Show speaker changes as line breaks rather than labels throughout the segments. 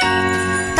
トー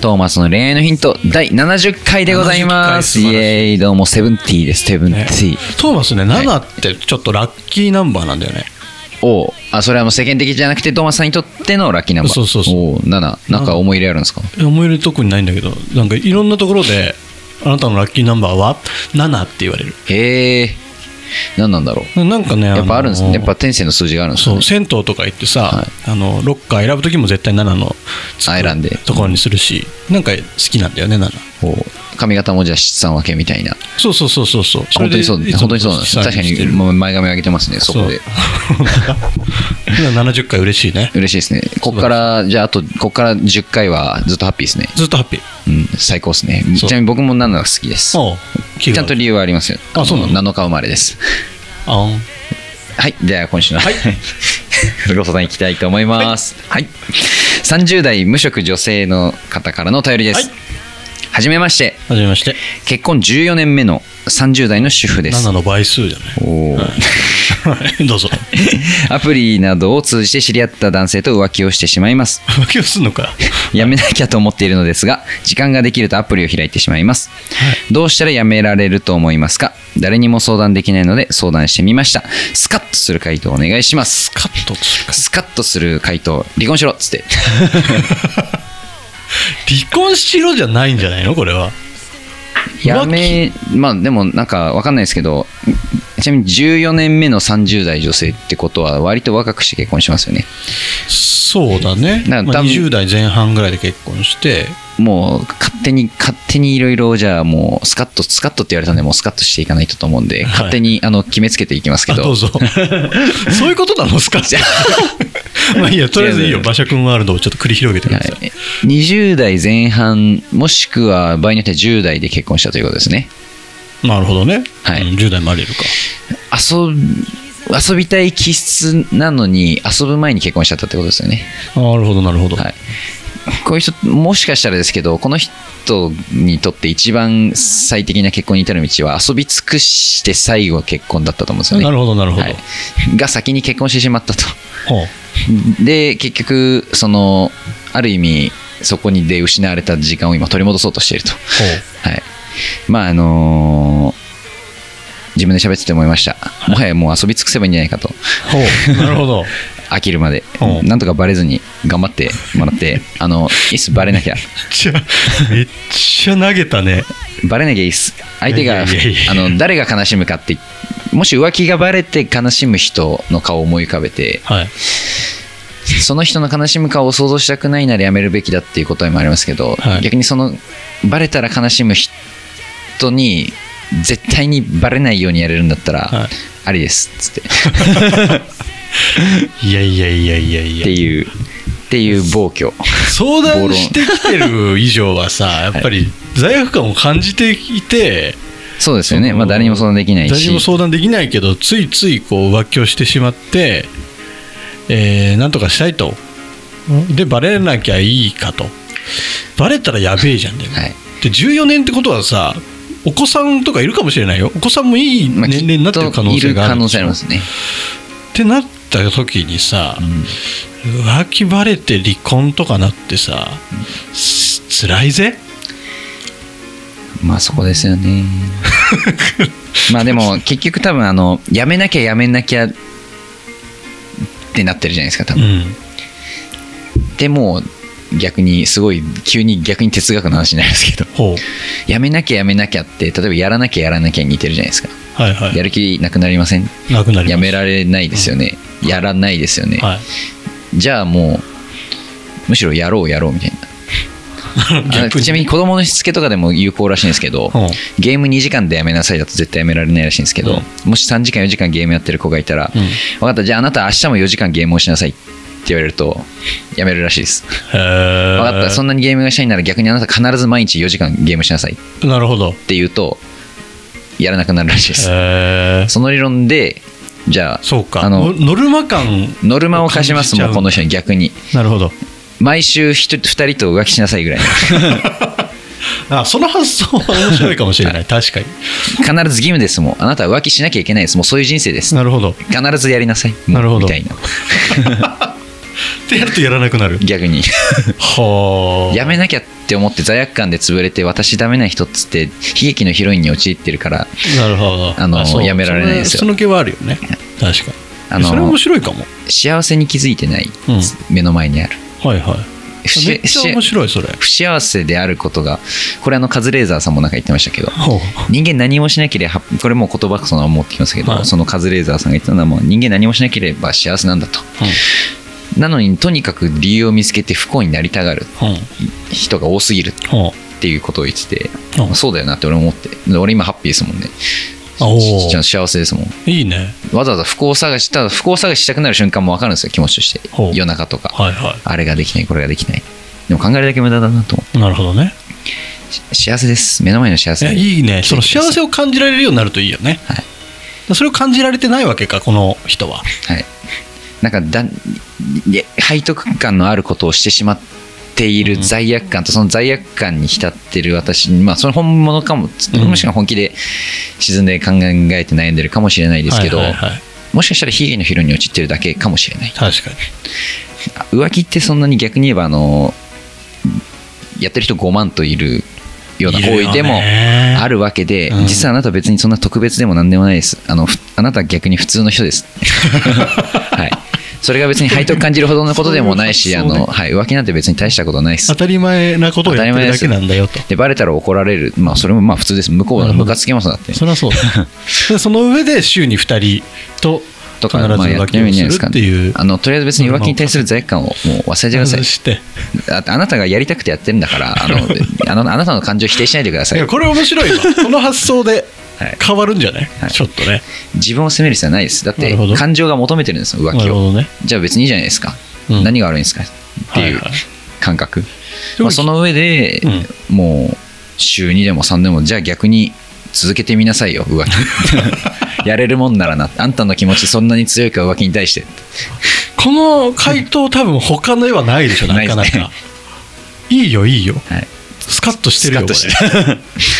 トーマスの恋愛のヒント第70回でございます
70
イ
回素晴らし
エーイどうもセブンティーですセブンテ
ね
ィー、
トーマスね、7ってちょっとラッキーナンバーなんだよね。
おうあそれはもう世間的じゃなくてトーマスさんにとってのラッキーナンバー
そうそうそう
おう7なんか思い入れあるんですか
思い入れ特にないんだけど、なんかいろんなところで、あなたのラッキーナンバーは7って言われる。
へえ何なんだろう
なんかね、
やっぱあるんですね
の
やっぱ天性の数字があるんです
そ
ね
う、銭湯とか行ってさ、
はい
あのロッカー選ぶ時も絶対7のつ
あ選んで
ところにするし、なんか好きなんだよね、7。
おう髪型もじゃあ七三分けみたいな
そうそうそうそうそう。
本当にそう本当にそうなんです確かにもう前髪上げてますねそこで
今70回嬉しいね。
嬉しいですねこっからじゃああとこっから10回はずっとハッピーですね
ずっとハッピー。
うん、最高ですね。ち
そう
なみに僕も7が好きです。
おう気
ちゃ
が
んと理由はありますよ。
あそうなの
?7 日生まれです。
あん
はい、では今週の、
はい
ご相談いきたいと思います。はい、30代無職女性の方からのお便りです。
は
はいじめまして、
はじめまして。
結婚14年目の30代の主婦です
7。の倍数じゃ
おー
ない。 どうぞ。
アプリなどを通じて知り合った男性と浮気をしてしまいます。
浮気をするのか。
やめなきゃと思っているのですが時間ができるとアプリを開いてしまいます、どうしたらやめられると思いますか誰にも相談できないので相談してみましたスカッとする回答お願いします
カットするか。
スカッとする回答離婚しろっ つって
離婚しろじゃないんじゃないのこれは。
やめまあでもなんかわかんないですけどちなみに14年目の30代女性ってことは割と若くして結婚しますよね
そうだね。
なんか
ま
多
あ、
分
20代前半ぐらいで結婚して、
もう勝手に勝手にいろいろじゃあもうスカッとスカッとって言われたんでもうスカッとしていかないとと思うんで、
はい
勝手にあの決めつけていきますけ
あ
ど
ど うぞ。そういうことなのすかまあいいや、とりあえずいいよ。馬車君ワールドをちょっと繰り広げてください。
はい、20代前半もしくは場合によっては10代で結婚したということですね
なるほどね。
はい
うん10代もありえるか。
遊遊びたい気質なのに遊ぶ前に結婚しちゃったってことですよね、
なるほど、なるほど。
はい、こういう人もしかしたらですけどこの人にとって一番最適な結婚に至る道は遊び尽くして最後は結婚だったと思うんですよね
なるほど、なるほど。
はい、が先に結婚してしまったと
ほう
で結局そのある意味そこにで失われた時間を今取り戻そうとしていると
ほう
はい、まああのー自分で喋ってて思いました、もはやもう遊び尽くせばいいんじゃないかと
ほうなるほ ど。
飽きるまで、
うん
なんとかバレずに頑張ってもらって あのいっすバレなきゃ
じゃめっちゃ投げたね。
バレなきゃいいっす相手が
いやいやいやいや
あの誰が悲しむかってもし浮気がバレて悲しむ人の顔を思い浮かべて
はい。
その人の悲しむ顔を想像したくないならやめるべきだっていう答えもありますけど、
はい
逆にそのバレたら悲しむ人に絶対にバレないようにやれるんだったら、
はい
ありですっつって
いやいやいやいやい
っ
や
て。いうっていう暴挙
相談してきてる以上はさやっぱり罪悪感を感じていて
そうですよねまあ誰にも相談できない
誰にも
し
相談できないけどついついこう浮気をしてしまって、えー、なんとかしたいとでバレなきゃいいかとバレたらやべえじゃんだよね、
はい
で14年ってことはさお子さんとかいるかもしれないよお子さんもいい
まあ
年齢になってる可能性があ
きっといる可
る
能性ありますね
ってなった時にさ、浮気バレて離婚とかなってさ、つ辛いぜ
まあそこですよ ねまあでも結局多分あのやめなきゃやめなきゃってなってるじゃないですか多
う
分、
ん
でも逆にすごい急に逆に哲学の話になりますけど
ほう
やめなきゃやめなきゃって例えばやらなきゃやらなきゃに似てるじゃないですか
はいは
や
い
る気なくなりません
なくなります
やめられないですよね、やらないですよね、
はい
じゃあもうむしろやろうやろうみたいな
逆 に
あちなみに子供のしつけとかでも有効らしいんですけど、
うん
ゲーム2時間でやめなさいだと絶対やめられないらしいんですけど、もし3時間4時間ゲームやってる子がいたら、
うん
分かったじゃああなた明日も4時間ゲームをしなさいって言われるとやめるらしいです分か
か
ったそんなにゲームがしたいなら逆にあなた必ず毎日4時間ゲームしなさいっ
なるほど
て言うとやらなくなるらしいです
へー
その理論でじゃあ
そうか
あの
ノノルマ感
ノルマを課しますもんこの人に逆に
なるほど
毎週2人と浮気しなさいぐらい
あその発想は面白いかもし れない確かに
必ず義務ですもんあなたは浮気しなきゃいけないですもうそういう人生です
なるほどっ
必ずやりなさい
なるほど
みたいな
てやるとやらなくなる
逆に
はあ
やめなきゃって思って罪悪感で潰れて私ダメな人っつって悲劇のヒロインに陥ってるから
なるほど
あの
そう
やめられないですよ
そのその気はあるよね確かに
あの
それ面白いかも
幸せに気づいてない、
うん
目の前にある
はいはい
不
めっちゃ面白いそれ
不幸せであることがこれあのカズレーザーさんもなんか言ってましたけど
ほう
人間何もしなければこれもう言葉そのまま持ってきますけど、
はい
そのカズレーザーさんが言ってたのはもう人間何もしなければ幸せなんだとなのにとにかく理由を見つけて不幸になりたがる
ほう
人が多すぎるっ
ほう
ていうことを言ってて、
うん
そうだよなって俺も思ってで俺今ハッピーですもんね
あおー
ちちゃん幸せですもん
いいね
わざわざ不幸探しただ不幸探ししたくなる瞬間も分かるんですよ気持ちとして
ほう
夜中とか、
はいは
あれができないこれができないでも考えるだけ無駄だなと思
いなるほどね
うし幸せです目の前の幸
いや
せ
いいねその幸せを感じられるようになるといいよね、
はい
それを感じられてないわけかこの人は
はい、なんかだいや背徳感のあることをしてしまっている罪悪感とその罪悪感に浸ってる私、まあ、それ本物かも、
うん
もしくは本気で沈んで考えて悩んでるかもしれないですけど、
はいはいはい
もしかしたら悲劇のヒロに陥ってるだけかもしれない
確かに
あ浮気ってそんなに逆に言えばあのやってる人5万といるようない行
るよね
為でもあるわけで、
うん
実はあなたは別にそんな特別でも何でもないですあのふあなたは逆に普通の人です はいそれが別に背徳感じるほどのことでもないし
そ
あ
ういう発想ね
の、はい、浮気なんて別に大したことないです
当たり前なことをやってるだけなんだよと
でバレたら怒られる、まあ、それもまあ普通です向こうは
なるほど
ムカつけますだって
そりゃそうだでその上で週に2人と
と
必ず
か、まあ、や
浮
って
気
みる
を
んじゃないですす
る
か
っていう
あのとりあえず別に浮気に対する罪悪感をもう忘れてください
外して
だってあなたがやりたくてやってるんだからあの あのあなたの感情を否定しないでくださ
い
い
やこれ面白いわこの発想で
はい
変わるんじゃない、
はい
ちょっとね
自分を責める必要はないですだっ
な
て
るほど
感情が求めてるんですよ浮
な
気
るほ
を
どね
じゃあ別にいいじゃないですか、
うん
何が悪いんですかっていう
はいはい
感覚、
でも
まあ、その上で、もう週2でも3でもじゃあ逆に続けてみなさいよ浮 気やれるもんならなあんたの気持ちそんなに強いか浮気に対して
この回答多分他の絵はないでしょなか
な
ない
です
か
ね
いいよいいよ
はい
スカッとしてるよこれ
スカ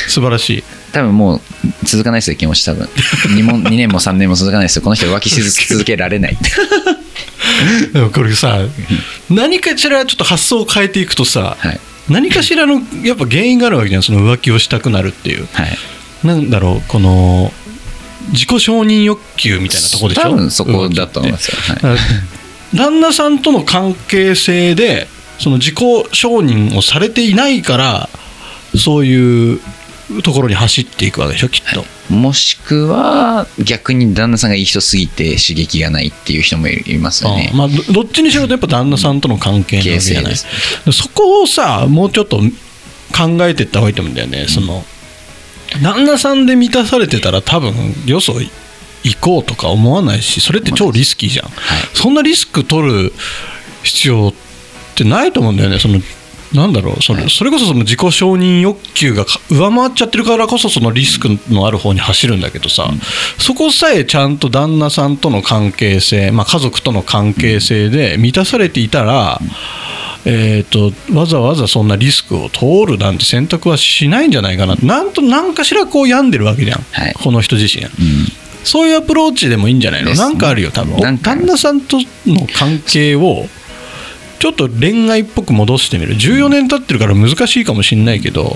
素晴らしい
多分もう続かないですよ気持ち多分 2, も2年も3年も続かないですよこの人浮気し続けられ ない
でもこれさ何かしらちょっと発想を変えていくとさ、
はい
何かしらのやっぱ原因があるわけじゃんその浮気をしたくなるっていう
はい
なんだろうこの自己承認欲求みたいなとこでしょ
多分そこだと思いますよ、はい
だから旦那さんとの関係性でその自己承認をされていないからそういうところに走っていくわけでしょきっと、
もしくは逆に旦那さんがいい人すぎて刺激がないっていう人もいますよね
うん。まあ、どどっちにしろやっぱ旦那さんとの関係なわけじゃない
形
でそこをさもうちょっと考えていった方がいいと思うんだよねその旦那さんで満たされてたら多分よそ行こうとか思わないしそれって超リスキーじゃん、そんなリスク取る必要ってないと思うんだよねそのなんだろうそれそれこそその自己承認欲求がか上回っちゃってるからこそそのリスクのある方に走るんだけどさ、そこさえちゃんと旦那さんとの関係性、まあ、家族との関係性で満たされていたら、えー、とわざわざそんなリスクを通るなんて選択はしないんじゃないかななんと何かしらこう病んでるわけじゃん、
はい
この人自身、そういうアプローチでもいいんじゃないの
です
なんかあるよ多分
なんかある
旦那さんとの関係をちょっと恋愛っぽく戻してみる14年経ってるから難しいかもしれないけど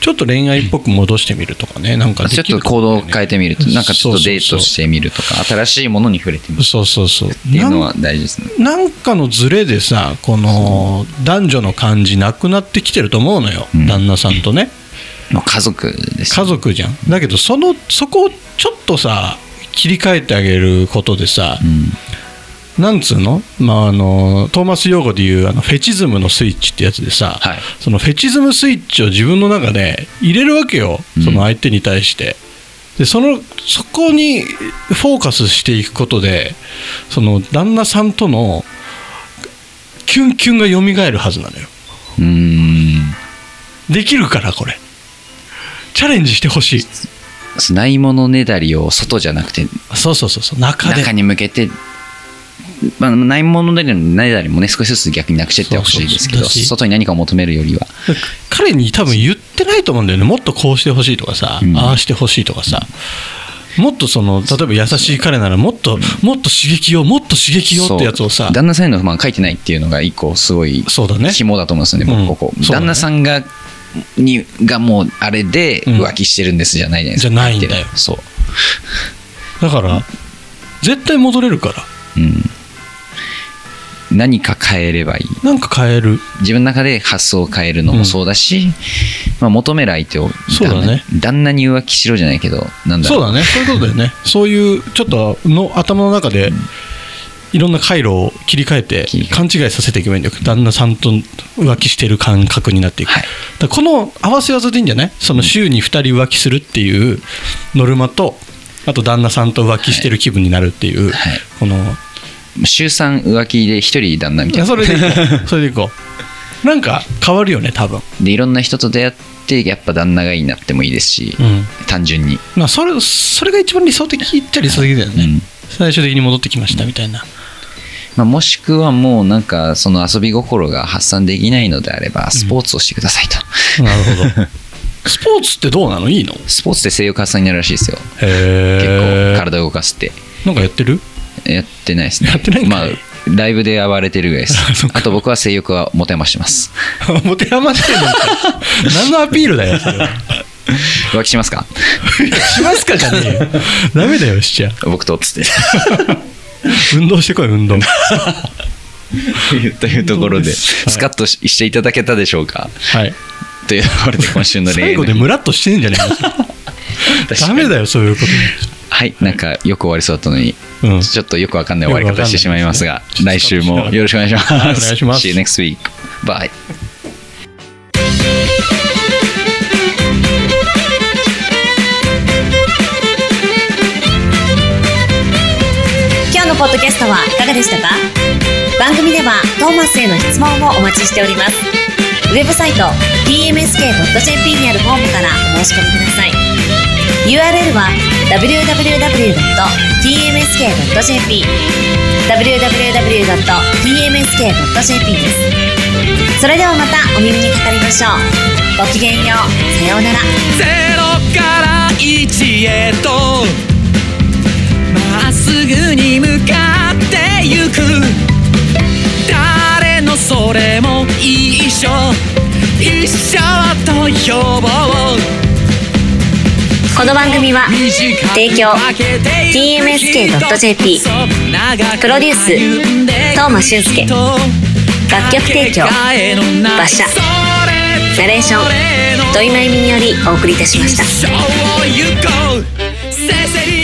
ちょっと恋愛っぽく戻してみるとかねなんかで
ちょっ
き
と
るか
行
も
動を
ね
変えてみると、なんかちょっとデートしてみるとか、新しいものに触れてみるっ
そうそうそうって
ていうのは大事ですね。
なんかのズレでさこの男女の感じなくなってきてると思うのよ、
うん
旦那さんとね
まあ家族です
家
よ。
族じゃんだけどそのそこをちょっとさ切り替えてあげることでさ、
うん
なんつうの,、まあ、あのトーマス・用語でいうあのフェチズムのスイッチってやつでさ、
はい
そのフェチズムスイッチを自分の中で入れるわけよ
うん
その相手に対して、でそのそこにフォーカスしていくことでその旦那さんとのキュンキュンが蘇るはずなのよ
うーん。
できるからこれチャレンジしてほしい
そのないものねだりを外じゃなくて
そうそうそうそう中で
中に向けて、まあ、ないものねだりもねだりもね少しずつ逆になくしてってほしいですけど
そうそうそうだし
外に何かを求めるよりは
彼に多分言ってないと思うんだよねもっとこうしてほしいとかさ、
うん
ああしてほしいとかさ、もっとその例えば優しい彼ならもっともっと刺激をもっと刺激をってやつを
そ
さ
う旦那さんへの不満書いてないっていうのが一個すごい
そうだね
肝だと思うんですよね、
うん
僕ここ、
そうだ
旦
ね
那さんがにがもうあれで
うん
浮気してるんですじゃないじゃないですか、
じゃないんだよ
そう、
だから絶対戻れるから
うん、何か変えればいい
なんか変える
自分の中で発想を変えるのもそうだし、まあ、求める相手を
そうだね
旦那旦那に浮気しろじゃないけどなんだろ
そううだねそういうことだよねそういうちょっとの頭の中でいろんな回路を切り替えて
切り替え
勘違いさせていけばいいんだけど旦那さんと浮気してる感覚になっていく、
はい
だからこの合わせ技でいいんじゃないその週に2人浮気するっていうノルマとあと旦那さんと浮気してる気分になるってい
は
う、
い
この
週3浮気で一人旦那み
い
たい
や
な
それでいこ うそれでいこうなんか変わるよね多分、
でいろんな人と出会ってやっぱ旦那がいいなってもいいですし、単純に、
まあ、それそれが一番理想的っちゃ理想的だよね、
うん
最終的に戻ってきましたみたいな、
まあ、もしくはもうなんかその遊び心が発散できないのであればスポーツをしてくださいと、
なるほど。 スポーツってどうなのいいのへ
スポーツで性欲発散になるらしいですよ結構体を動かすって
なんかやってる
やってないですね
やってないん
ま
か
あ
い
ライブで暴れてるぐらいですあと僕は性欲は持てましてます
持て余してるの か。何のアピールだよ、そ れは。
浮気しますか
しますかじゃねえよ。ダメだよ、しちゃ。
僕とっつって
運動してこい、運動。 は
というところで
はい
スカッとししていただけたでしょうか
い。
というところで今週の恋愛
最
の
後
日
でムラっとしてんじゃね え
確
か
か
ダ
に
メだよ、そういうこ
はいなんかよく終わりそうだったのに、
うん
ちょっとよくわかんない終わり方してしまいますが
よくわかんない
来
です
週
ね
もよろしくお願いします、
はいお願いします
See you next week bye
今日のポッドキャストはいかがでしたか番組ではトーマスへの質問もお待ちしておりますウェブサイト tmsk.jp にあるフォームからお申し込みください URL は www.tmsk.jp www.tmsk.jp ですそれではまたお耳にかかりましょうごきげんようさようなら
ゼロから一へとまっすぐに向かってゆく誰のそれも一緒一緒と呼ぼう
この番組は提供 TMSK.jp プロデュース東間俊介楽曲提供馬車ナレーション土井真由美によりお送りいたしました
一生を行こうせせり